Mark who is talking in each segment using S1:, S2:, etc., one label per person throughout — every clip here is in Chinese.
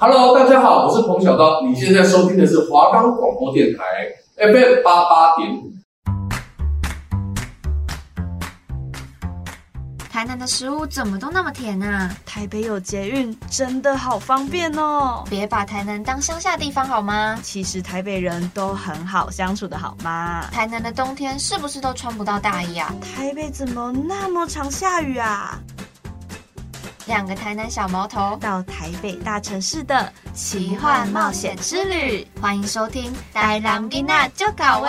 S1: Hello，大家好，我是彭小刀，你现在收听的是华冈广播电台 FM 八八点五。
S2: 台南的食物怎么都那么甜啊！
S3: 台北有捷运，真的好方便哦。
S2: 别把台南当乡下地方好吗？
S3: 其实台北人都很好相处的，好吗？
S2: 台南的冬天是不是都穿不到大衣啊？
S3: 台北怎么那么常下雨啊？
S2: 两个台南小毛头
S3: 到台北大城市的
S2: 奇幻冒险之旅，欢迎收听《台南囡仔就搞喂》。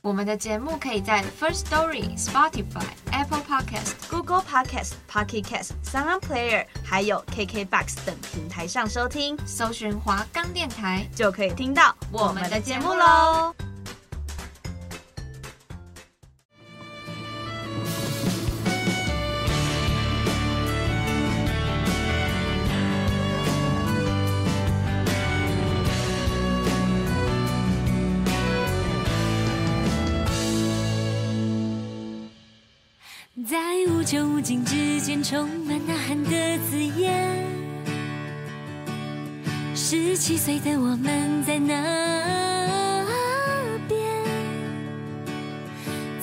S2: 我们的节目可以在 First Story、Spotify、Apple Podcast。
S3: Google Podcast、Pocket Cast、Sound On Player，还有 KKBox 等平台上收听，
S2: 搜寻华冈电台，
S3: 就可以听到我们的节目喽。
S4: 在无穷无尽之间，充满呐喊的字眼。十七岁的我们在哪边？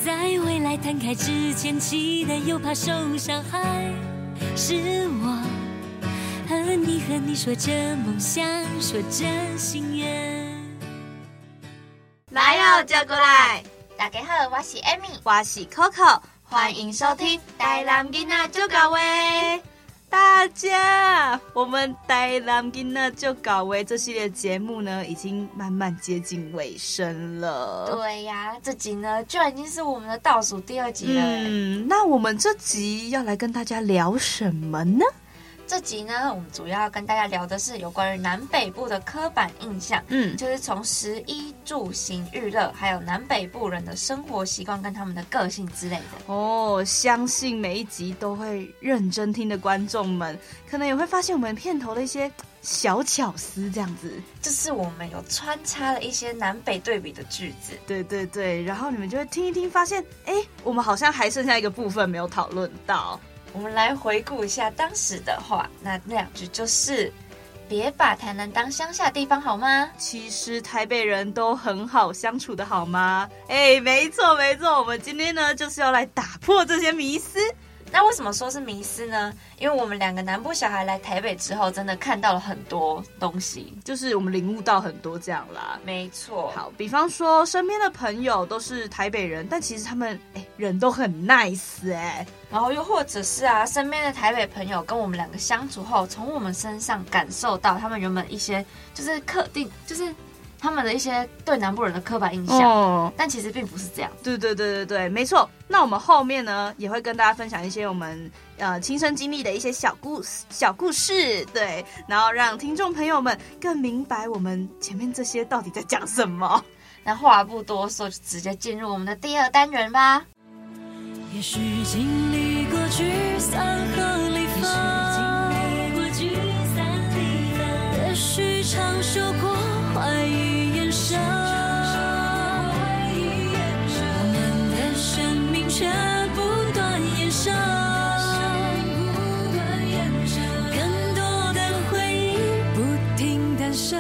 S4: 在未来摊开之前，期待又怕受伤害。是我和你，和你说着梦想，说着心愿。
S3: 来哟，叫过来，
S2: 大家好，我是 Amy，
S3: 我是 Coco。
S2: 欢迎收听《台南囡仔就搞喂》。
S3: 大家，我们台南囡仔就搞为这系列节目呢，已经慢慢接近尾声了。
S2: 对呀、这集呢，居然已经是我们的倒数第二集了耶。
S3: 嗯，那我们这集要来跟大家聊什么呢？
S2: 这集呢，我们主要要跟大家聊的是有关于南北部的刻板印象，
S3: 嗯，
S2: 就是从食衣住行、娱乐，还有南北部人的生活习惯跟他们的个性之类的。
S3: 哦，相信每一集都会认真听的观众们，可能也会发现我们片头的一些小巧思，这样子。
S2: 就是我们有穿插了一些南北对比的句子。
S3: 对对对，然后你们就会听一听，发现，哎，我们好像还剩下一个部分没有讨论到。
S2: 我们来回顾一下当时的话，那那两句就是：“别把台南当乡下地方好吗？”
S3: 其实台北人都很好相处的，好吗？哎，没错没错，我们今天呢就是要来打破这些迷思。
S2: 那为什么说是迷思呢？因为我们两个南部小孩来台北之后，真的看到了很多东西。
S3: 就是我们领悟到很多这样啦。
S2: 没错，
S3: 好，比方说身边的朋友都是台北人，但其实他们哎人都很 nice 哎、
S2: 然后又或者是啊，身边的台北朋友跟我们两个相处后，从我们身上感受到他们原本一些就是刻定，就是他们的一些对南部人的刻板印象，
S3: 哦，
S2: 但其实并不是这样。
S3: 对对对对对，没错。那我们后面呢也会跟大家分享一些我们呃亲身经历的一些小故事、小故事，对，然后让听众朋友们更明白我们前面这些到底在讲什么。
S2: 那话不多说，就直接进入我们的第二单元吧。
S4: 也许经历过聚散和离分，也许尝受过怀疑眼神，我们的生命却不断延伸，更多的回忆不停诞生。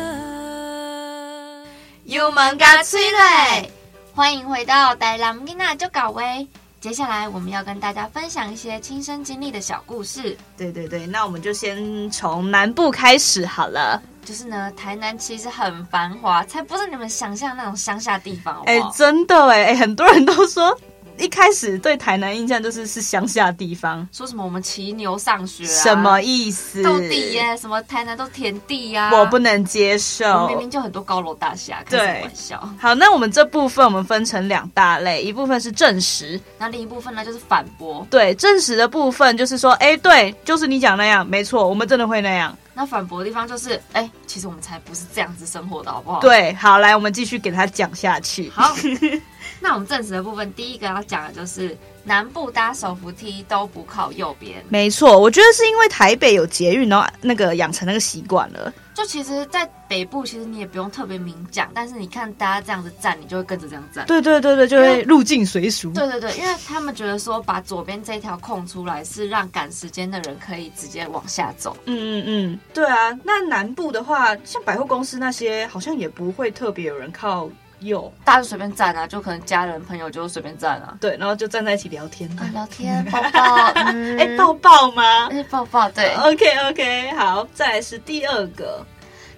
S2: 油门嘎催泪！欢迎回到台南囡仔就搞喂。接下来我们要跟大家分享一些亲身经历的小故事。
S3: 对对对，那我们就先从南部开始好了。
S2: 就是呢，台南其实很繁华，才不是你们想象那种乡下地方，好不
S3: 哎、
S2: 好？
S3: 真的哎、哎很多人都说一开始对台南印象就是是乡下地方，
S2: 说什么我们骑牛上学、啊，
S3: 什么意思？
S2: 斗地耶、什么台南都田地呀、
S3: 我不能接受。
S2: 我们明明就很多高楼大厦，开什么
S3: 对
S2: 玩笑？
S3: 好，那我们这部分我们分成两大类，一部分是证实，
S2: 那另一部分呢，就是反驳。
S3: 对证实的部分就是说，哎，对，就是你讲那样，没错，我们真的会那样。
S2: 那反驳的地方就是，哎、其实我们才不是这样子生活的，好不好？
S3: 对，好，来，我们继续给他讲下去。
S2: 好， 那我们证实的部分，第一个要讲的就是南部搭手扶梯都不靠右边，
S3: 没错，我觉得是因为台北有捷运，然后那个养成那个习惯了。
S2: 就其实，在北部，其实你也不用特别明讲，但是你看大家这样子站，你就会跟着这样站。
S3: 对对对对，就
S2: 因
S3: 会
S2: 为
S3: 入境随俗。
S2: 对对对，因为他们觉得说把左边这条空出来，是让赶时间的人可以直接往下走。
S3: 嗯嗯嗯，对啊。那南部的话，像百货公司那些，好像也不会特别有人靠右，
S2: 大家就随便站啊，就可能家人朋友就随便站啊。
S3: 对，然后就站在一起聊天。
S2: 啊，聊天抱抱，嗯，
S3: 哎、抱抱吗
S2: 哎抱抱，对。
S3: ？OK OK，好，再来是第二个，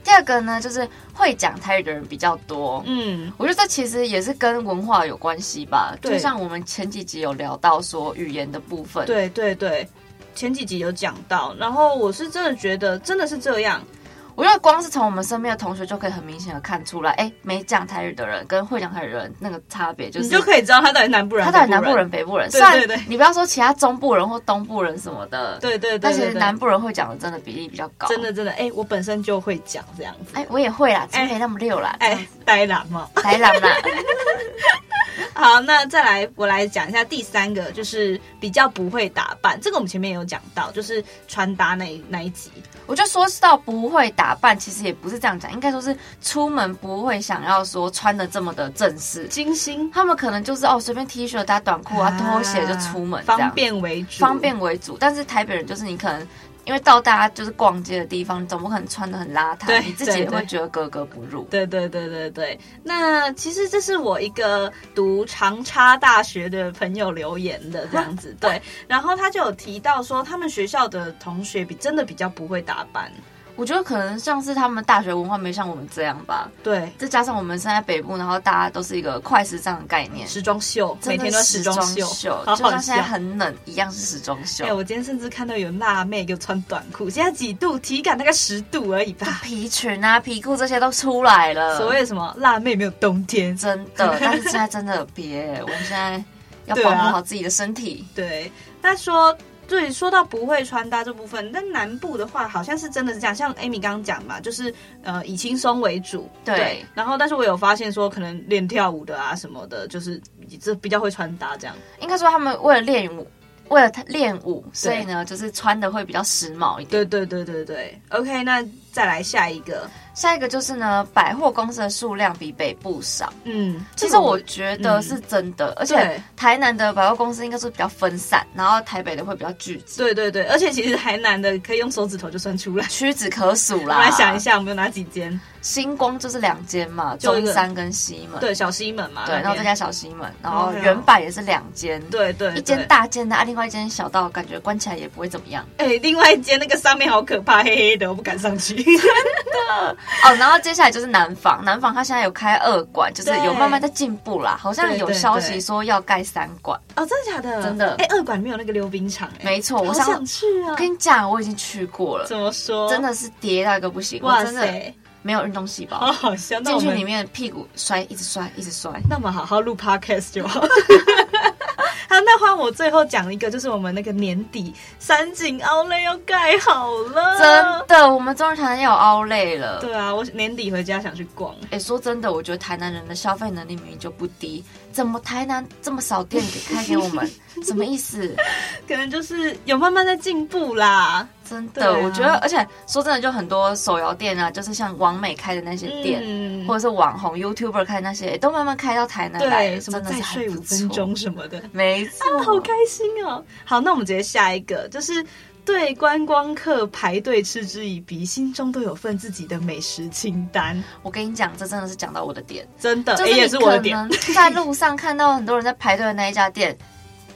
S2: 第二个呢，就是会讲台语的人比较多。
S3: 嗯
S2: 我觉得这其实也是跟文化有关系吧，
S3: 对
S2: 就像我们前几集有聊到说语言的部分，，
S3: 对对对，前几集有讲到，然后我是真的觉得真的是这样，
S2: 我觉得光是从我们身边的同学就可以很明显的看出来，哎，没讲台语的人跟会讲台语的人那个差别就是，
S3: 你就可以知道他到底南部人，
S2: 他到底南部，人、北部人，虽
S3: 对
S2: 然
S3: 对对
S2: 你不要说其他中部人或东部人什么的，
S3: 对对对对
S2: 但其
S3: 对
S2: 实
S3: 对
S2: 南部人会讲的真的比例比较高，
S3: 真的，真的，哎、我本身就会讲这样子，
S2: 哎，我也会啦，只是
S3: 哎
S2: 没那么溜 啦，
S3: 哎、呆男嘛。
S2: 台南啦，
S3: 好，那再来，我来讲一下第三个，就是比较不会打扮。这个我们前面也有讲到，就是穿搭那一那一集。
S2: 我就说到不会打扮，其实也不是这样讲，应该说是出门不会想要说穿的这么的正式，
S3: 金星
S2: 他们可能就是哦随便 T 恤搭短裤啊拖鞋就出门，这样
S3: 啊方便为主，
S2: 方便为主。但是台北人就是你可能因为到大家就是逛街的地方，总不可能穿的很邋遢
S3: 对，
S2: 你自己也
S3: 对对
S2: 会觉得格格不入。
S3: 对对对对对，那其实这是我一个读长差大学的朋友留言的这 样子，对，然后他就有提到说，他们学校的同学比真的比较不会打扮，
S2: 我觉得可能像是他们大学文化没像我们这样吧，
S3: 对，
S2: 再加上我们现在北部，然后大家都是一个快时尚的概念。
S3: 时装秀，每
S2: 真的
S3: 天都
S2: 时
S3: 装
S2: 装
S3: 好
S2: 就
S3: 好
S2: 像现
S3: 笑
S2: 在。很冷一样是时装秀。
S3: 哎、我今天甚至看到有辣妹给我穿短裤，现在几度？体感大概十度而已吧。
S2: 皮裙啊、皮裤这些都出来了。
S3: 所谓什么辣妹没有冬天，
S2: 真的，但是现在真的别，我们现在要
S3: 对
S2: 保
S3: 啊
S2: 护好自己的身体。
S3: 对，他说。对，说到不会穿搭这部分，但南部的话好像是真的是这样，像 Amy 刚刚讲嘛，就是呃以轻松为主，
S2: 对
S3: 然后，但是我有发现说，可能练跳舞的啊什么的，就是这比较会穿搭这样。
S2: 应该说他们为了练舞，为了练舞，所以呢，就是穿的会比较时髦一点。
S3: 对对对对对，OK，那再来下一个，
S2: 下一个就是呢，百货公司的数量比北部少，
S3: 嗯，
S2: 其
S3: 这
S2: 实
S3: 个嗯
S2: 我觉得是真的，而且
S3: 对
S2: 台南的百货公司应该是比较分散，然后台北的会比较聚集，
S3: 对对对，而且其实台南的可以用手指头就算出来。
S2: 屈指可数
S3: 我
S2: 啦。
S3: 们来想一，下，我们有哪几间？
S2: 星光就是两间嘛，
S3: 就一
S2: 中
S3: 个
S2: 山跟西门，
S3: 对，小西门嘛，
S2: 对，
S3: 那边
S2: 然后再加小西门，然后
S3: OK 啊
S2: 原版也是两间，
S3: 对对对
S2: 一间大间的，啊，另外一间小到感觉关起来也不会怎么样。
S3: 哎、另外一间那个上面好可怕，黑黑的，我不敢 上去。
S2: 哦，然后接下来就是南纺，南纺它现在有开二馆，就是
S3: 对
S2: 有慢慢在进步啦，好像
S3: 对
S2: 有
S3: 对
S2: 消
S3: 对
S2: 息说要盖三馆。
S3: 哦，真的假的？
S2: 真的
S3: 哎、二馆没有那个溜冰场、哎，
S2: 没错我
S3: 好
S2: 上
S3: 想去啊
S2: 我。跟你讲，我已经去过了
S3: 怎。么说？
S2: 真，的是跌到一个不行，我
S3: 哇
S2: 真的
S3: 塞，
S2: 没有运动细
S3: 好
S2: 胞，
S3: 好笑。那
S2: 进
S3: 我
S2: 去
S3: 们
S2: 里，面屁股摔，一直摔，一直摔。
S3: 那我们好好录 podcast 就好。 好，那换我最后讲一个，就是我们那个年底三井奥莱要盖好了，
S2: 真。的，我们终于台南要有凹类了。
S3: 对啊，我年底回家想去逛，哎
S2: 哎、说真的，我觉得台南人的消费能力明明就不低，怎么台南这么少店给开给我 们？什么意思？
S3: 可能就是有慢慢在进步啦。
S2: 真
S3: 对
S2: 的，
S3: 啊
S2: 我觉得，而且说真的，就很多手摇店啊，就是像王美开的那些店，
S3: 嗯
S2: 或者是网红 YouTuber 开那些，都慢慢开到台南呃来
S3: 对
S2: 了，
S3: 什么
S2: 真的
S3: 再
S2: 是还
S3: 睡
S2: 不
S3: 五分
S2: 错。
S3: 钟什 么的，
S2: 没错，
S3: 啊，好开心哦！好，那我们直接下一个，就是对观光客排队嗤之以鼻，心中都有份自己的美食清单，
S2: 我跟你讲，这真的是讲到我的点，
S3: 真的，
S2: 就
S3: 诶哎也
S2: 你
S3: 是我
S2: 可
S3: 的点。
S2: 能 在路上看到很多人在排队的那一家店，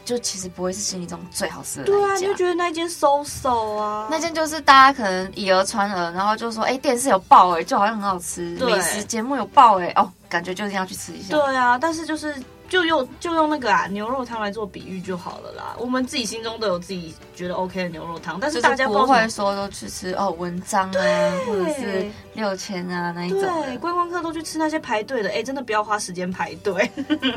S2: 就其实不会是心里中最好吃的
S3: 对啊，
S2: 那一
S3: 你
S2: 家。
S3: 就觉得那一间 so so 啊，
S2: 那间就是大家可能以讹传讹，然后就说，哎、电视有爆哎、就好像很好吃，
S3: 对
S2: 美食节目有爆哎、哦，感觉就一定要去吃一下
S3: 对。啊，但是就是就用就用那个啊牛肉汤来做比喻就好了啦。我们自己心中都有自己觉得 OK 的牛肉汤，但
S2: 就是是
S3: 大家
S2: 不
S3: 知道
S2: 会说都去吃哦文章啊，或者是六千啊那一种
S3: 对，
S2: 的。
S3: 观光客都去吃那些排队的，哎、真的不要花时间排队。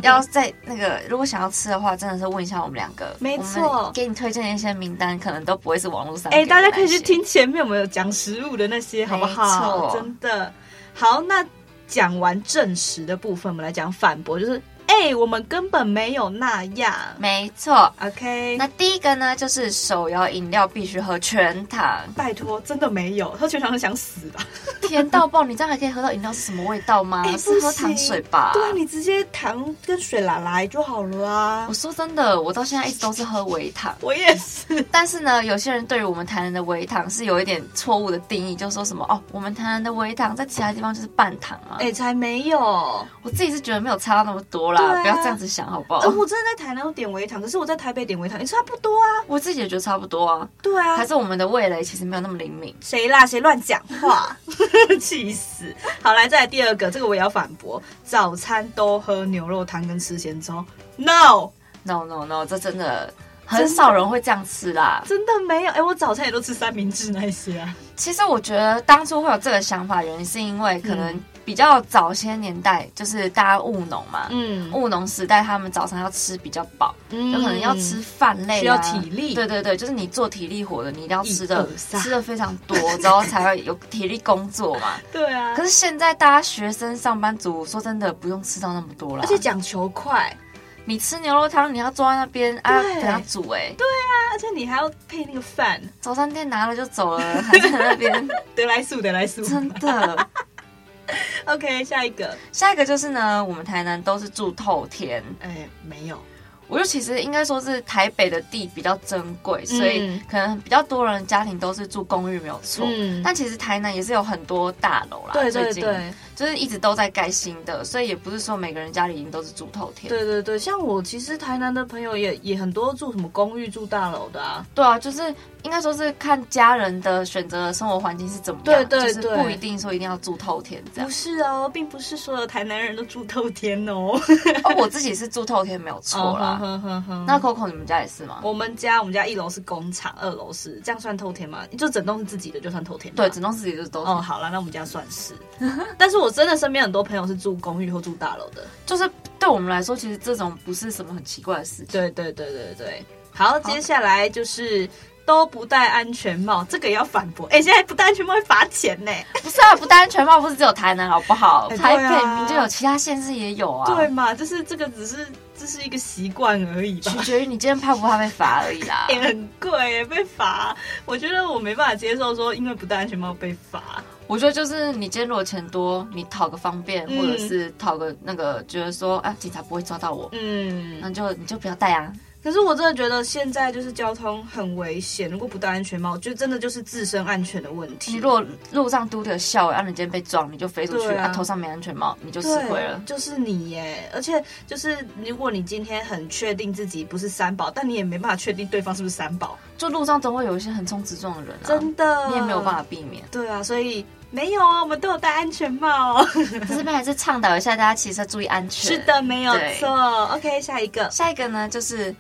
S2: 要在那个如果想要吃的话，真的是问一下我们两个，
S3: 没错
S2: 我们给你推荐的一些名单，可能都不会是网络上。
S3: 哎、大家可以去。听前面我们有讲食物的那些，好不好？
S2: 没错
S3: 真的好。那讲完正食的部分，我们来讲反驳，就是哎、我们根本没有那样。
S2: 没错。
S3: OK，
S2: 那第一个呢，就是手摇饮料必须喝全糖，
S3: 拜托，真的没有，喝全糖是想死吧？
S2: 甜到爆！你这样还可以喝到饮料是什么味道吗？
S3: 哎
S2: 是喝糖水吧？
S3: 对啊，你直接糖跟水拿来就好了啊
S2: 我。说真的，我到现在一直都是喝微糖，
S3: 我也是，
S2: 但是呢，有些人对于我们台南的微糖是有一点错误的定义，就说什么哦，我们台南的微糖在其他地方就是半糖啊。
S3: 哎、才没有。
S2: 我自己是觉得没有差到那么多啦，
S3: 对啊
S2: 不要这样子想好不好？
S3: 呃，我真的在台南有点微糖，可是我在台北点微糖也差不多啊。
S2: 我自己也觉得差不多啊，
S3: 对啊
S2: 还，是我们的味蕾其实没有那么灵敏。
S3: 谁啦？谁乱讲话？ 气死！好，来再来第二个，这个我也要反驳。早餐都喝牛肉汤跟吃咸粥？No，
S2: No No No，这真的很少人会这样吃啦。
S3: 真的没有。哎、我早餐也都吃三明治那一些啊。
S2: 其实我觉得当初会有这个想法，原因是因为可
S3: 嗯
S2: 能比较早些年代，就是大家务农嘛，
S3: 嗯，
S2: 务农时代他们早上要吃比较饱，有
S3: 有
S2: 可能要吃饭类、啊，
S3: 嗯需要体力
S2: 对对对，就是你做体力活的，你一定要吃
S3: 一
S2: 的
S3: 二三
S2: 吃的非常多，之后才会有体力工作 嘛。
S3: 对啊
S2: 可。是现在大家学生上班族，说真的不用吃到那么多了，
S3: 而且讲求快，
S2: 你吃牛肉汤，你要坐在那边啊，
S3: 对
S2: 等它煮哎、对，
S3: 而且你还要配那个饭，
S2: 早餐店拿了就走了， 还在那边，
S3: 得来速，得来速。
S2: 真的。
S3: OK，下一个，
S2: 下一个就是呢，我们台南都是住透天，
S3: 哎、没有，
S2: 我就其实应该说是台北的地比较珍贵，所以
S3: 嗯
S2: 可能比较多人家庭都是住公寓没有错。
S3: 嗯
S2: 但其实台南也是有很多大楼啦，
S3: 对对
S2: 最近
S3: 对，
S2: 就是一直都在盖新的，所以也不是说每个人家里一定都是住透天。
S3: 对对对，像我其实台南的朋友也也很多住什么公寓、住大楼的啊。
S2: 对啊，就是应该说是看家人的选择的生活环境是怎么样，
S3: 对对
S2: 就是
S3: 对
S2: 不一定说一定要住透天这样
S3: 不。是哦，并不是所有台南人都住透天 哦。
S2: 哦，我自己是住透天没有错啦。那
S3: 那
S2: Coco 你们家也是吗？
S3: 嗯我们家我们家一楼是工厂，二楼是这样算透天吗？就整栋是自己的，就算透天吗。
S2: 对，整栋自己就是都是
S3: 哦，好了，那我们家算 是。但是我真的身边很多朋友是住公寓或住大楼的。
S2: 就是对我们来说，其实这种不是什么很奇怪的事情。
S3: 对对对对对，好，接下来就是。都不戴安全帽，这个也要反驳。哎、现在不戴安全帽会罚钱呢、
S2: 不是啊，不戴安全帽不是只有台南好不好？
S3: 哎对
S2: 台
S3: 啊
S2: 北明明就有，其他县市也有啊。
S3: 对，嘛？就是这个，只是这是一个习惯而已吧。
S2: 取决于你今天怕不怕被罚而已 啦
S3: 也、。很贵耶，被罚。我觉得我没办法接受说因为不戴安全帽被罚。
S2: 我觉得就是你今天如果钱多，你讨个方便，
S3: 嗯
S2: 或者是讨个那个，觉得说啊，警察不会抓到我，
S3: 嗯，
S2: 那就你就不要戴啊。
S3: 可是我真的觉得现在就是交通很危险，如果不戴安全帽，就真的就是自身安全的问题。
S2: 你如果路上嘟的笑，然后你今天被撞，你就飞出去，
S3: 对啊
S2: 啊，头上没安全帽，你就吃亏
S3: 对
S2: 了，。
S3: 就是你耶，而且就是如果你今天很确定自己不是三宝，但你也没办法确定对方是不是三宝，
S2: 就路上总会有一些横冲直撞的人啊，
S3: 真的，
S2: 你也没有办法。避 免。
S3: 对啊，所以没有啊，我们都有戴安全 帽哦。
S2: 这边还是倡导一下大家骑车注意安全。
S3: 是的，没有
S2: 对
S3: 错。OK，下一个。
S2: 下一个呢，就是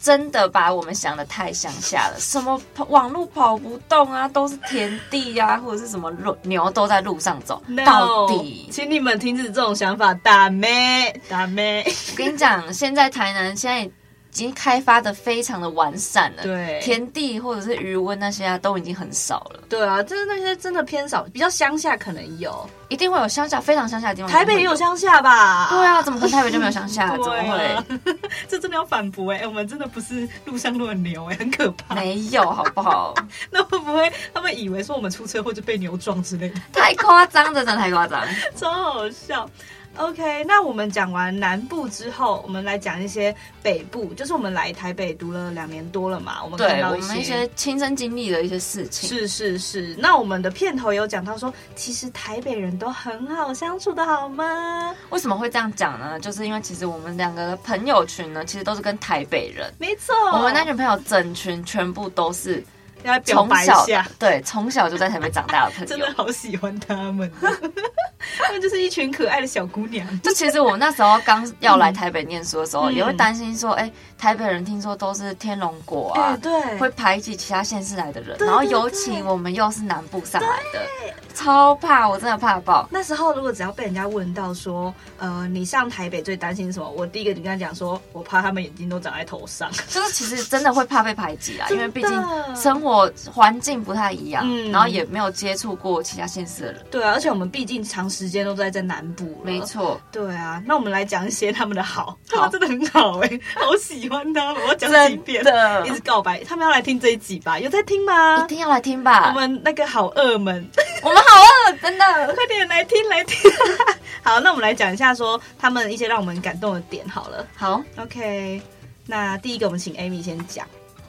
S2: 真的把我们想的太乡下了，什么跑网路跑不动啊，都是田地啊，或者是什么路牛都在路上走
S3: No,
S2: 到底。
S3: 请你们停止这种想法，打妹，打 妹。
S2: 我跟你讲，现在台南现在已经开发的非常的完善了，
S3: 对
S2: 田地或者是余温那些啊，都已经很少了，
S3: 对啊，就是那些真的偏少，比较乡下可能有，
S2: 一定会有乡下非常乡下的地方。
S3: 台北也有。乡下吧？
S2: 对啊，怎么可能台北就没有乡下？怎么
S3: 对嗯啊
S2: 会？
S3: 这真的要反驳哎、我们真的不是路上乱流哎、 很可怕。
S2: 没有，好不 好？
S3: 那会不会他们以为说我们出车祸就被牛撞之类的？
S2: 太夸张，真的太夸张。
S3: 超好笑。OK，那我们讲完南部之后，我们来讲一些北部，就是我们来台北读了两年多了嘛，我们看
S2: 对
S3: 到
S2: 我
S3: 一
S2: 们
S3: 些
S2: 一些亲身经历的一些事情，
S3: 是是是，那我们的片头有讲到说，其实台北人都很好相处的，好吗？
S2: 为什么会这样讲呢？就是因为其实我们两个的朋友群呢，其实都是跟台北人。
S3: 没错，
S2: 我们那群朋友整群全部都是
S3: 要来表
S2: 从
S3: 白一
S2: 小
S3: 下，
S2: 对从小就在台北长大的朋
S3: 真
S2: 友
S3: 的。好喜欢他们， 他们就是一群可爱的小姑娘。
S2: 就其实我那时候刚要来台北念书的时候，
S3: 嗯
S2: 也会担心说，哎、台北人听说都是天龙国
S3: 哎、
S2: 啊，
S3: 对，
S2: 会排挤其他县市来的人，
S3: 对
S2: 然后
S3: 对
S2: 尤
S3: 对
S2: 其我们又是南部上来的，超怕，我真的怕爆。
S3: 那时候如果只要被人家问到说，呃，你上台北最担心什么？我第一个就跟他讲说，我怕他们眼睛都长在头上。
S2: 就是其实真的会怕被排挤啊，因
S3: 真
S2: 为
S3: 的
S2: 毕竟生活环境不太一样，
S3: 嗯
S2: 然后也没有接触过其他县市的人。
S3: 对啊，而且我们毕竟长时间都在在南部了，
S2: 没。错，
S3: 对啊，那我们来讲一些他们的好，他 们真的很好哎、好喜欢他们，我讲几遍，
S2: 的
S3: 一直告白，他们要来听这一集吧？有在听吗
S2: 一？定要来听
S3: 我
S2: 吧，
S3: 们那个好恶们，
S2: 我们好饿， 真的。
S3: 快点来听来听。 好，那我们来讲一下说他们一些让我们感动的点好了。
S2: 好
S3: OK，那第一个我们请 Amy 先讲。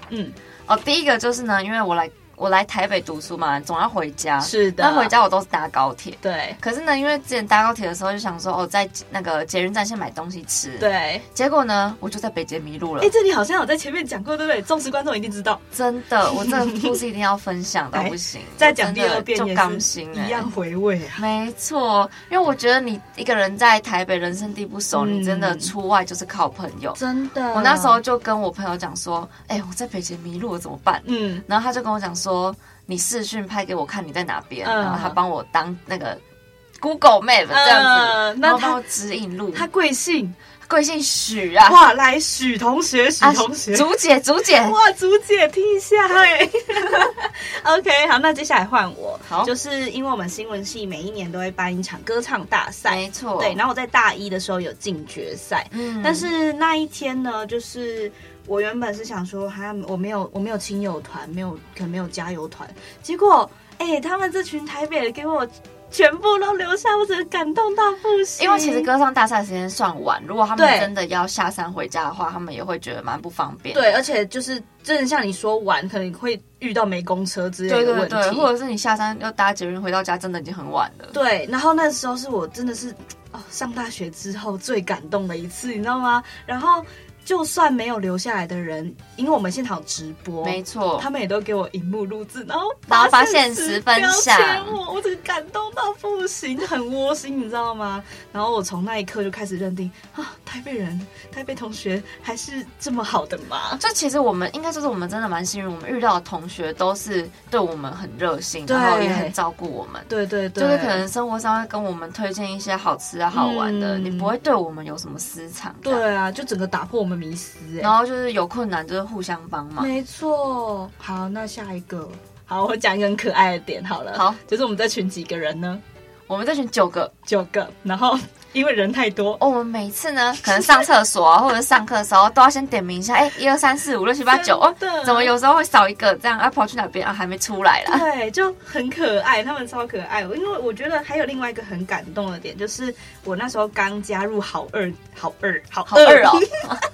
S3: 嗯，
S2: 哦，第一个就是呢，因为我来我来台北读书嘛，总要回家。
S3: 是的
S2: 那回家我都是搭高铁。
S3: 对
S2: 可是呢，因为之前搭高铁的时候就想说，哦，在那个捷运站先买东西吃。。
S3: 对，哎、
S2: 结果呢，我就在北捷迷路了。
S3: 这里好像有在前面讲过，对不对？忠实观众一定知道。
S2: 真 的，我这个故事一定要分享到
S3: 哎
S2: 不行。
S3: 再讲第二遍
S2: 真的
S3: 也
S2: 就是刚心哎
S3: 一样回味啊。
S2: 没错，因为我觉得你一个人在台北人生地不熟，
S3: 嗯
S2: 你真的出外就是靠朋友。
S3: 真的，
S2: 我那时候，就跟我朋友讲说，哎、我在北捷迷路了怎么办？
S3: 嗯，
S2: 然后他就跟我讲说，你视讯拍给我看你在哪边，
S3: 嗯
S2: 然后他帮我当那个 Google Map 这样子，
S3: 嗯
S2: 然
S3: 那
S2: 后帮我
S3: 他
S2: 指引路。
S3: 他贵 姓？
S2: 贵姓许啊？
S3: 哇，来许同学，许同学，
S2: 竹姐，竹姐，
S3: 哇，竹姐听一下哎、OK，好，那接下来换我。
S2: 好
S3: 就是因为我们新闻系每一年都会办一场歌唱大赛，
S2: 没错，
S3: 对。然后我在大一的时候有进决赛，
S2: 嗯
S3: 但是那一天呢，就是我原本是想说，哈，我没有，我没有亲友团，没有，可能没有加油团。结果，哎、他们这群台北的给我全部都留下，我真的感动到不行。
S2: 因为其实歌唱大赛时间算晚，如果他们
S3: 对
S2: 真的要下山回家的话，他们也会觉得蛮不方便。
S3: 对，而且就是真的像你说玩，可能会遇到没公车之类
S2: 对
S3: 的
S2: 对
S3: 问题。
S2: 对，或者是你下山要搭捷运回到家，真的已经很晚了。
S3: 对，然后那时候是我真的是哦，上大学之后最感动的一次，你知道吗？然后就算没有留下来的人，因为我们现场直播，
S2: 没错
S3: 他，们也都给我荧幕录制，然后
S2: 然后发
S3: 现
S2: 现
S3: 实
S2: 实分享
S3: 我，我整个感动到不行，很窝心，你知道吗？然后我从那一刻就开始认定啊，台北人、台北同学还是这么好的吗？
S2: 就其实我们应该就是我们真的蛮幸运，我们遇到的同学都是对我们很热心，
S3: 对
S2: 然后也很照顾我们。
S3: 对对对，
S2: 就是可能生活上会跟我们推荐一些好吃啊、好玩的，
S3: 嗯
S2: 你不会对我们有什么私藏。，
S3: 对啊，就整个打破我们迷思、
S2: 然
S3: 哎，
S2: 后就是有困难就是互相帮忙。
S3: 没错。好，那下一个，好，我讲一个很可爱的点好了。
S2: 好，
S3: 就是我们这群几个人呢？
S2: 我们这群九个，
S3: 九个，然后因为人太多，
S2: 哦，我们每次呢， 可能上厕所啊，或者是上课的时候，都要先点名一下，哎、一二三四五六七八九，哦
S3: 真的，
S2: 怎么有时候会少一个这样啊？跑去哪边啊？还没出来啦。
S3: 对，就很可爱，他们超可爱。因为我觉得还有另外一个很感动的点，就是我那时候刚加入好二，好二，好
S2: 好二哦，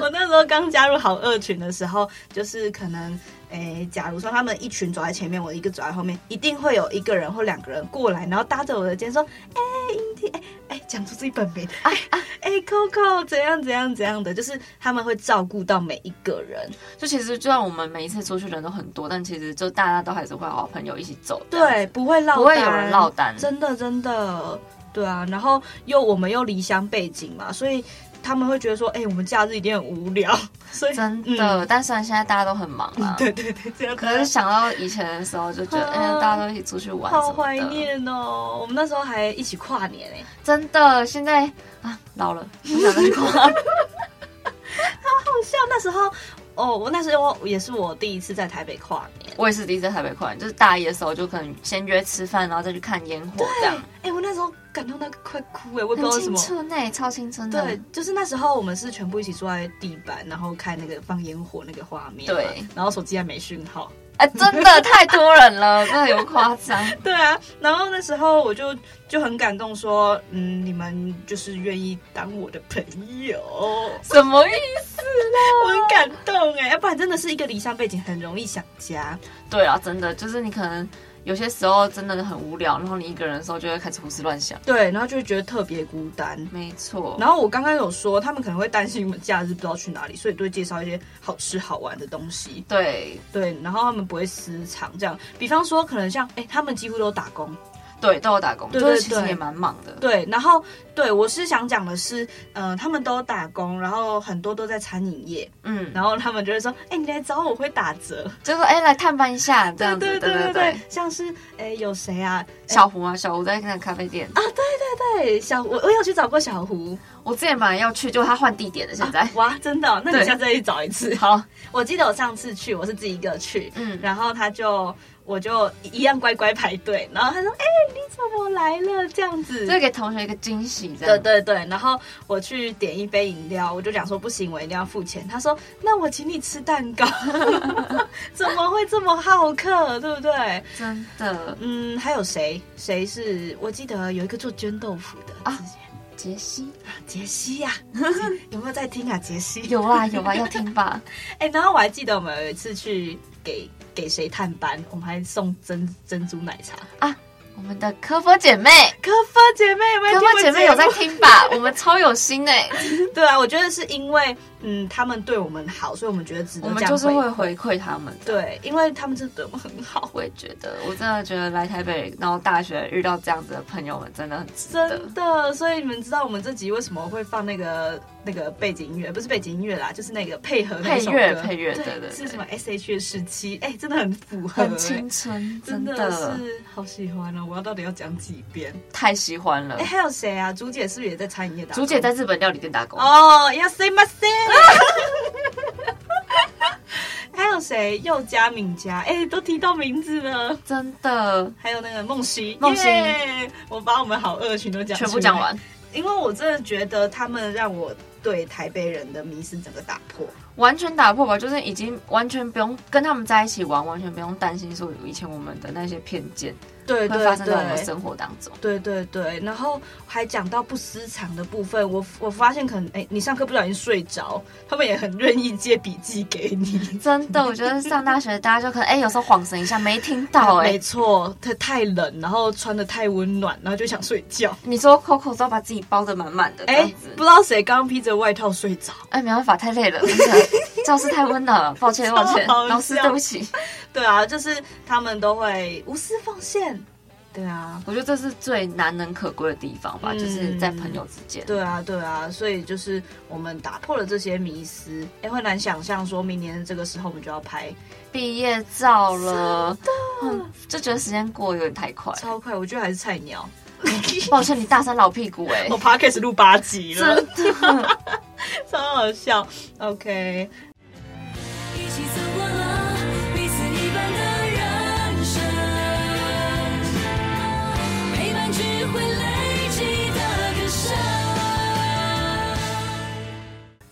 S3: 我那时候刚加入好二群的时候，就是可能，诶、假如说他们一群走在前面，我一个走在后面，一定会有一个人或两个人过来，然后搭着我的肩说：“哎、英婷，哎、哎，讲、出自己本名，
S2: 啊
S3: 哎、哎、c o c o 怎样怎样怎样的，就是他们会照顾到每一个人。
S2: 就其实就算我们每一次出去人都很多，但其实就大家都还是会好朋友一起走。这样
S3: 对，，不会落单，
S2: 啊不会有人落单
S3: 真的真的，对啊。然后又我们又离乡背景嘛，所以他们会觉得说，哎、我们假日一定很无聊， 所以
S2: 真的。但虽然现在大家都很忙啦
S3: 嗯，对对对，这样
S2: 可是想到以前的时候，就觉得
S3: 啊
S2: 哎、大家都一起出去玩，
S3: 好怀。念哦，我们那时候还一起跨年哎、
S2: 真的，现在啊老了，不想再去逛。
S3: 像那时候。哦，我那时候也是我第一次在台北跨年。
S2: 我也是第一次在台北跨年，就是大一的时候就可能先约吃饭，然后再去看烟火这样。
S3: 哎、我那时候感动到快哭哎、我也不知
S2: 很
S3: 道为什
S2: 青
S3: 么。
S2: 春呢、超青春的。
S3: 对，就是那时候我们是全部一起坐在地板，然后看那个放烟火那个画面嘛。
S2: 对
S3: 然后手机还没讯号。
S2: 哎、真的太多人了，真的有夸张。
S3: 对啊，然后那时候我就就很感动，说，嗯，你们就是愿意当我的朋友，
S2: 什么意思？
S3: 我很感动哎，要不然真的是一个离乡背景很容易想家。
S2: 对啊，真的就是你可能有些时候真的很无聊，然后你一个人的时候就会开始胡思乱想。
S3: 对，然后就会觉得特别孤单。
S2: 没错，
S3: 然后我刚刚有说，他们可能会担心我们假日不知道去哪里，所以都会介绍一些好吃好玩的东西。
S2: 对
S3: 对，然后他们不会私藏这样。比方说，可能像哎，他们几乎都打工，
S2: 对都有打工，
S3: 对
S2: 就是
S3: 对
S2: 其实
S3: 对
S2: 也蛮忙的。
S3: 对，然后对我是想讲的是，呃，他们都打工，然后很多都在餐饮业，
S2: 嗯，
S3: 然后他们就会说：“哎、你来找我会打折。
S2: 就说哎、来探班一下这”样子，
S3: 对
S2: 对
S3: 对
S2: 对
S3: 对，像是哎、有谁啊？哎
S2: 小胡啊，小胡在那个咖啡店，
S3: 对，小我我有去找过小胡，
S2: 我之前本来要去，就他换地点了，现在、
S3: 哇，真的哦、那你
S2: 哎对
S3: 下次再去找一次。
S2: 好，
S3: 我记得我上次去，我是自己一个去，
S2: 嗯
S3: 然后他就我就一样乖乖排队，然后他说：“哎、你怎么来了？”这样子，
S2: 嗯这给同学一个惊喜，这
S3: 对
S2: 样。
S3: 对对，然后我去点一杯饮料，我就讲说不行，我一定要付钱。他说那我请你吃蛋糕， 怎么会这么好客，对不对？
S2: 真的，
S3: 嗯，还有谁？谁是我记得有一个做绢豆腐的
S2: 啊
S3: 啊，
S2: 杰西
S3: 杰西 呀、有没有在听啊？杰西
S2: 有啊有啊，要听 吧？
S3: 哎、然后我还记得我们有一次去给给谁探班，我们还送珍珍珠奶茶。
S2: 我们的科波姐妹，
S3: 可发姐妹，有没有
S2: 科
S3: 听我
S2: 波姐妹
S3: 节
S2: 有在
S3: 目
S2: 听吧？我们超有心 哎、
S3: 对啊，我觉得是因为嗯，他们对我们好，所以我们觉得值得
S2: 我
S3: 这
S2: 们
S3: 样
S2: 就是
S3: 回
S2: 会回馈他们的。
S3: 对，因为他们真的对我们很好，
S2: 我也觉得，我真的觉得来台北，然后大学遇到这样子的朋友们，真的很值得。
S3: 真的。所以你们知道我们这集为什么会放那个那个背景音乐？不是背景音乐啦，就是那个配合那一首
S2: 配乐
S3: 歌
S2: 配乐
S3: 对
S2: 对对对
S3: 是什么 S H 的时期？哎、真的很符合、哎
S2: 很青春，
S3: 真
S2: 真
S3: 的
S2: 的
S3: 是好喜欢哦！我要到底要讲几遍？
S2: 太喜欢了
S3: 哎、。还有谁啊？竹姐是不是也在餐饮业打
S2: 竹
S3: 工？
S2: 姐在日本料理店打工，
S3: 哦，要 say my say。还有谁？佑嘉、敏嘉，哎、都提到名字了。
S2: 真的
S3: 还有那个梦溪，
S2: 梦溪
S3: 耶我把我们好恶群都讲
S2: 全部
S3: 出来
S2: 讲，完。
S3: 因为我真的觉得他们让我对台北人的迷失整个打破。
S2: 完全打破吧，就是已经完全不用跟他们在一起玩，完全不用担心说以前我们的那些偏见
S3: 对
S2: 会
S3: 对
S2: 发生在我们
S3: 对，
S2: 生活当中。
S3: 对对对，然后还讲到不私藏的部分，我我发现可能哎、你上课不小心睡着，他们也很愿意借笔记给你。
S2: 真的，我觉得上大学大家就可能哎、有时候晃神一下没听到哎、
S3: 没错，他太冷，然后穿的太温暖，然后就想睡觉。
S2: 你说 Coco 都把自己包的满满的这
S3: 哎、
S2: 样子，
S3: 不知道谁刚披着外套睡着。
S2: 哎、没办法，太累了，真的教室太温暖了，抱 歉抱歉，
S3: 超好笑
S2: 老师对不起。
S3: 对啊，就是他们都会无私奉献。对啊，
S2: 我觉得这是最难能可贵的地方吧，
S3: 嗯
S2: 就是在朋友之间。
S3: 对啊，对啊，所以就是我们打破了这些迷思，哎，会难想象说明年这个时候我们就要拍，
S2: 毕业照了，嗯，就觉得时间过得有点太快。
S3: 超快，我觉得还是菜鸟。
S2: 抱歉，你大三老屁股哎、
S3: 我 podcast 录八集
S2: 真
S3: 了，
S2: 的。
S3: 超好笑。OK，
S4: 一起走过了彼此一半的人生，陪伴聚会累积的歌声。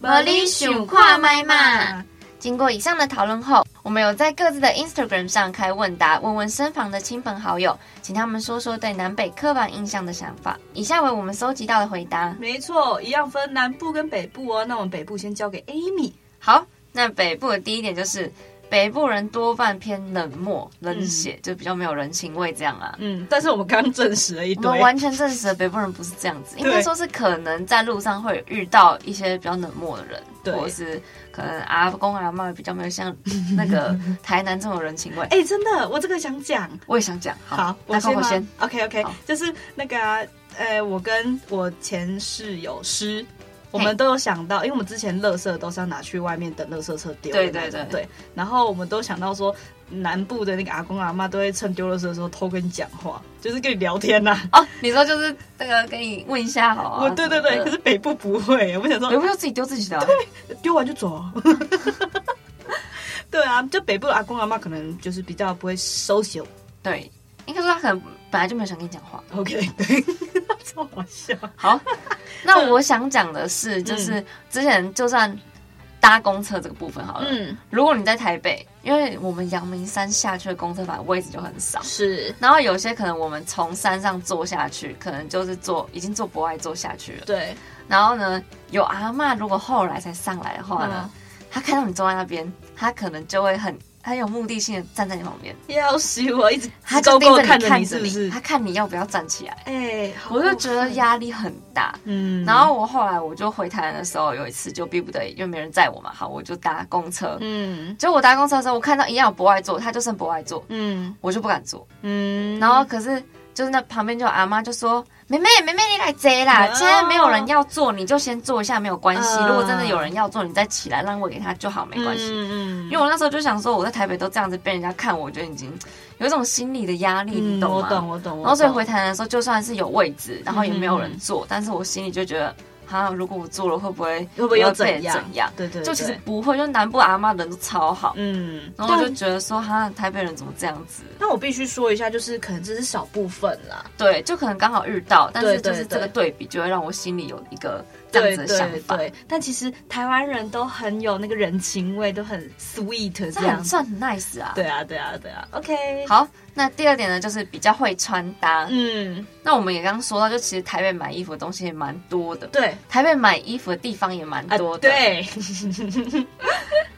S2: 无你想看麦嘛？经过以上的讨论后，我们有在各自的 Instagram 上开问答，问问身旁的亲朋好友，请他们说说对南北刻板印象的想法。以下为我们搜集到的回答。
S3: 没错，一样分南部跟北部哦。那我们北部先交给 Amy，
S2: 好，那北部的第一点就是。北部人多半偏冷漠、冷血，就比较没有人情味这样啊。
S3: 嗯，但是我们刚刚证实了一
S2: 我
S3: 堆
S2: 们，完全证实了北部人不是这样子，应该
S3: 对
S2: 说是可能在路上会遇到一些比较冷漠的人，
S3: 对
S2: 或者是可能阿公阿妈比较没有像那 个台南这种人情味。
S3: 哎，真的，我这个想讲。
S2: 我也想讲，
S3: 好，
S2: 那扣
S3: 我先
S2: 扣
S3: 吗
S2: 先，
S3: OK OK，
S2: 好
S3: 就是那个啊、呃，我跟我前室友师，我
S2: 嘿
S3: 们都有想到，因为我们之前垃圾都是要拿去外面等垃圾车丢的
S2: 对
S3: 那
S2: 对
S3: 种，
S2: 对
S3: 对。然后我们都想到说，南部的那个阿公阿妈都会趁丢垃圾的时候偷跟你讲话，就是跟你聊天呐、啊
S2: 哦，你说就是那个给你问一下好啊，
S3: 我对对
S2: 什
S3: 对，
S2: 么
S3: 可
S2: 的
S3: 是北部不会，我
S2: 有
S3: 想说
S2: 没有自己丢自己的啊？
S3: 丢完就走、啊。 对啊，就北部的阿公阿妈可能就是比较不会 social。
S2: 对，应该说他可能本来就没有想跟你讲话。
S3: OK，对， 超好笑。
S2: 好，那我想讲的
S3: 嗯
S2: 是，就是之前就算搭公车这个部分好了，
S3: 嗯，
S2: 如果你在台北，因为我们阳明山下去的公车反正位置就很少，
S3: 是，
S2: 然后有些可能我们从山上坐下去，可能就是坐已经坐博爱坐下去了。
S3: 对，
S2: 然后呢，有阿嬷如果后来才上来的话
S3: 嗯
S2: 呢，她看到你坐在那边，她可能就会很很有目的性的站在你旁边，
S3: 要死我，一直
S2: 她就
S3: 高
S2: 盯
S3: 高
S2: 着
S3: 看
S2: 你
S3: 着
S2: 看
S3: 你，
S2: 着
S3: 是不
S2: 你，
S3: 是
S2: 她？看你要不要站起来。
S3: 哎，好
S2: 我就
S3: 过
S2: 觉得
S3: 分，
S2: 压力很大。
S3: 嗯
S2: 然后我后来我就回台湾的时候，有一次就逼不得已，因为没人载我嘛，好，我就搭公车。
S3: 嗯
S2: 结果我搭公车的时候，我看到一样有博爱座，他就剩博爱座，
S3: 嗯
S2: 我就不敢坐。
S3: 嗯，
S2: 然后可是就是那旁边就有阿妈就说：“妹妹，妹妹，你来贼啦！
S3: 哦
S2: 现在没有人要坐，你就先坐一下，没有关系。
S3: 嗯
S2: 如果真的有人要坐，你再起来让位给他就好，没关系。
S3: 嗯嗯，
S2: 因为我那时候就想说，我在台北都这样子被人家看，我觉得已经有一种心理的压力，你
S3: 嗯
S2: 懂
S3: 我
S2: 吗？
S3: 懂我懂，
S2: 然后所以
S3: 我懂嗯
S2: 回台南的时候，就算是有位置，然后也没有人坐，但是我心里就觉得。哈，如果我做了会不会
S3: 会不会又
S2: 又被
S3: 怎样
S2: 怎样？
S3: 对对对，
S2: 就其实不会，就南部阿妈人都超好，
S3: 嗯，
S2: 然后我就
S3: 但
S2: 觉得说哈，台北人怎么这样子？
S3: 但我必须说一下，就是可能这是少部分啦，
S2: 对，就可能刚好遇到，但是
S3: 对
S2: 就
S3: 对
S2: 是这个对比就会让我心里有一个这
S3: 对
S2: 样子的
S3: 对
S2: 想法，
S3: 对，但其实台湾人都很有那个人情味，都很 sweet
S2: 这
S3: 这
S2: 很
S3: 样。
S2: 算很 nice 啊。
S3: 对啊，对啊，对啊。OK，，
S2: 好，那第二点呢，就是比较会穿搭。
S3: 嗯，
S2: 那我们也刚刚说到，就其实台北买衣服的东西也蛮多的，
S3: 对
S2: 台北买衣服的地方也蛮
S3: 啊
S2: 多，的。。
S3: 对，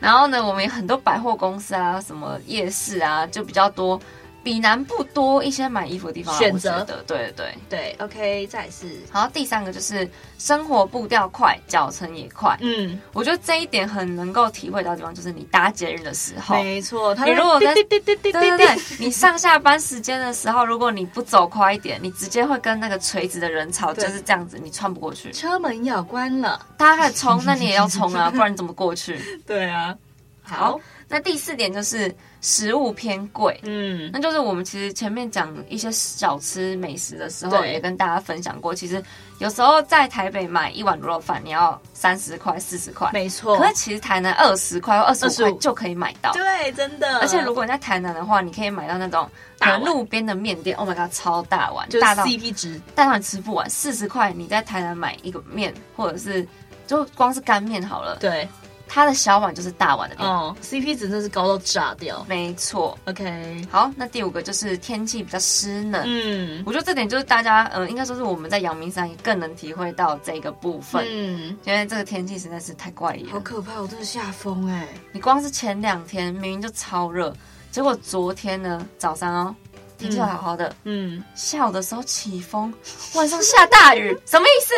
S2: 然后呢，我们有很多百货公司啊，什么夜市啊，就比较多，比南部多一些买衣服的地方啊、
S3: 选择
S2: 我觉得对对。
S3: 对，OK，再来是，
S2: 好，第三个就是生活步调快，脚程也快。
S3: 嗯，
S2: 我觉得这一点很能够体会到的地方，就是你搭捷运的时候，
S3: 没错，他
S2: 你如果在
S3: 对对对对
S2: 对对对，你上下班时间的时候，如果你不走快一点，你直接会跟那个垂直的人潮
S3: 对
S2: 就是这样子，你穿不过去。
S3: 车门要关了，
S2: 大家开始冲，那你也要冲啊，不然你怎么过 去？
S3: 对啊，
S2: 好，那第四点就是食物偏贵。
S3: 嗯，
S2: 那就是我们其实前面讲一些小吃美食的时候，
S3: 对
S2: 也跟大家分享过。其实有时候在台北买一碗卤肉饭，你要三十块、四十块，
S3: 没错
S2: 可，是其实台南二十块或二十五块
S3: 25
S2: 就可以买到。
S3: 对，真的，
S2: 而且如果你在台南的话，你可以买到那种可
S3: 大碗
S2: 能路边的面店，Oh my god，超大碗，
S3: 就是
S2: 大到
S3: CP 值，
S2: 大到你吃不完。四十块你在台南买一个面，或者是就光是干面好了，
S3: 对，
S2: 它的小碗就是大碗的量。
S3: 哦，CP 值真是高到炸掉
S2: 没错。
S3: ，OK，
S2: 好，那第五个就是天气比较湿冷。
S3: 嗯
S2: 我觉得这点就是大家，嗯、应该说是我们在阳明山也更能体会到这个部分，
S3: 嗯，
S2: 因为这个天气实在是太怪异
S3: 好
S2: 了。
S3: 可怕，我真的吓疯哎，
S2: 你光是前两天明明就超热，结果昨天呢早上哦天气
S3: 嗯
S2: 好好的，
S3: 嗯，
S2: 下午的时候起风，晚上下大雨，什么意 思？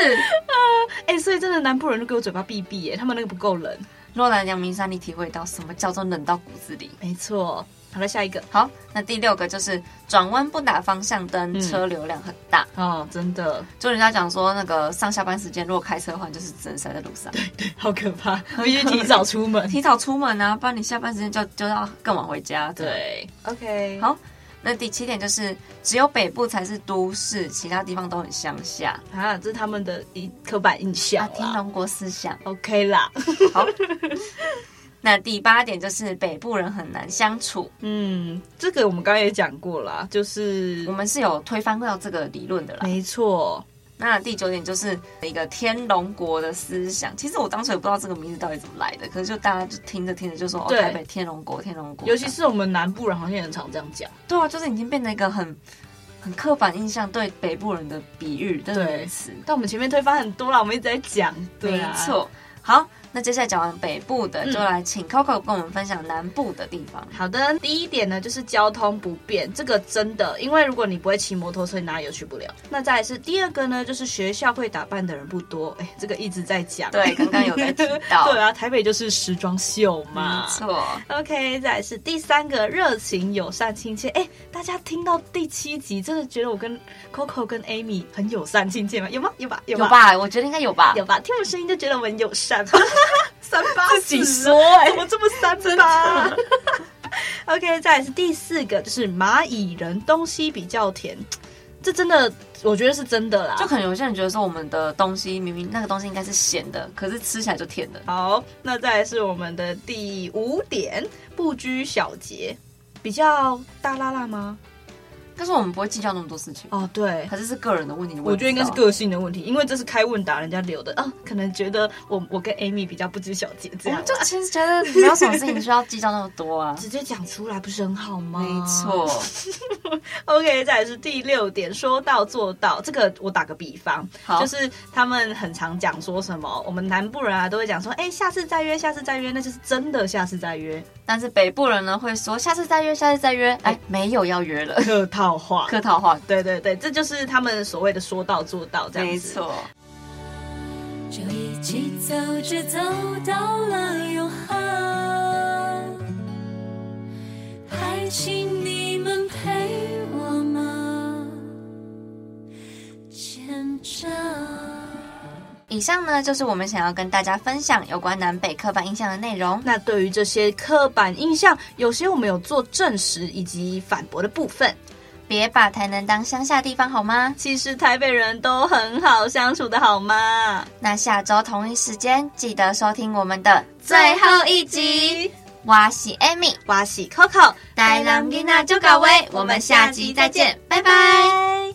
S3: 哎、所以真的南部人都给我嘴巴闭闭哎，他们那个不够冷，
S2: 若然阳明山，你体会到什么叫做冷到骨子里。
S3: 没错，好了，下一个，
S2: 好，那第六个就是转弯不打方向灯，
S3: 嗯
S2: 车流量很大。
S3: 哦，真的，
S2: 就人家讲说，那个上下班时间如果开车的话，你就是只能塞在路上。
S3: 好可怕，必须提早出门，
S2: 提早出门啊，不然你下班时间就就要更晚回家。，
S3: 对，OK，
S2: 好那第七点就是，只有北部才是都市，其他地方都很乡下。
S3: 啊，这是他们的一刻板印
S2: 啊
S3: 象，
S2: 听
S3: 啦
S2: 龙国思想。
S3: ，OK 啦，
S2: 好，那第八点就是北部人很难相处。
S3: 嗯，这个我们刚刚也讲过啦，就是
S2: 我们是有推翻到这个理论的啦。
S3: 没错，
S2: 那第九点就是一个天龙国的思想。其实我当时也不知道这个名字到底怎么来的，可是就大家就听着听着就说哦，
S3: 对
S2: 台北天龙国，天龙国。
S3: 尤其是我们南部人好像也很常这样讲，
S2: 对啊，就是已经变成一个很很刻板印象对北部人的比喻的
S3: 对
S2: 名词。
S3: 但我们前面推翻很多啦，我们一直在讲，对啊
S2: 没，错。好，那接下来讲完北部的，
S3: 嗯
S2: 就来请 Coco 跟我们分享南部的地方。
S3: 好的，第一点呢就是交通不便，这个真的，因为如果你不会骑摩托车，你哪里也去不了。那再来是第二个呢，就是学校会打扮的人不多，哎，这个一直在讲，
S2: 对，刚刚有在提到，
S3: 对啊，台北就是时装秀嘛，
S2: 没错，
S3: OK，再来是第三个热情、友善、亲切。哎，大家听到第七集，真的觉得我跟 Coco 跟 Amy 很友善亲切吗？有吗？有吧？有
S2: 有
S3: 吧？
S2: 吧？我觉得应该有吧。
S3: 有吧？听我声音就觉得我很友善 吧？三八
S2: 自己
S3: 四
S2: 说哎
S3: 怎么这么三八？OK，再来是第四个，就是蚂蚁人东西比较甜，这真的我觉得是真的啦。
S2: 就可能有些人觉得说我们的东西明明那个东西应该是咸的，可是吃起来就甜的。
S3: 好，那再来是我们的第五点，不拘小节，比较大拉拉吗？
S2: 但是我们不会计较那么多事情，
S3: 哦，对，
S2: 还是是个人的问题。
S3: 我觉得应该是
S2: 人。
S3: 个啊性的问题，因为这是开问答人家留的啊，可能觉得我我跟 Amy 比较不拘小节
S2: 我
S3: 这样
S2: 们，就其实觉得没有什么事情需要计较那么多 啊。
S3: 直接讲出来不是很好吗？
S2: 没错，
S3: ，OK，再来是第六点，说到做到，这个我打个比方，
S2: 好，
S3: 就是他们很常讲说什么，我们南部人啊都会讲说，哎、下次再约，下次再约，那就是真的下次再约，
S2: 但是北部人呢会说下次再约，下次再约，哎，没有要约了，
S3: 客套话。
S2: 客套话。
S3: 对对对，这就是他们所谓的说到做到这
S2: 没
S3: 样子。
S2: 错，
S4: 就一起走着走到了永恒，还请你们陪我们见证。
S2: 以上呢就是我们想要跟大家分享有关南北刻板印象的内容。
S3: 那对于这些刻板印象，有些我们有做证实以及反驳的部分。
S2: 别把台南当乡下地方好吗？
S3: 其实台北人都很好相处的，好吗？
S2: 那下周同一时间记得收听我们的
S3: 最后一集，
S2: 我是 Amy，
S3: 我是 Coco，
S2: 台南囡仔就搞位，我们下集再见，拜拜。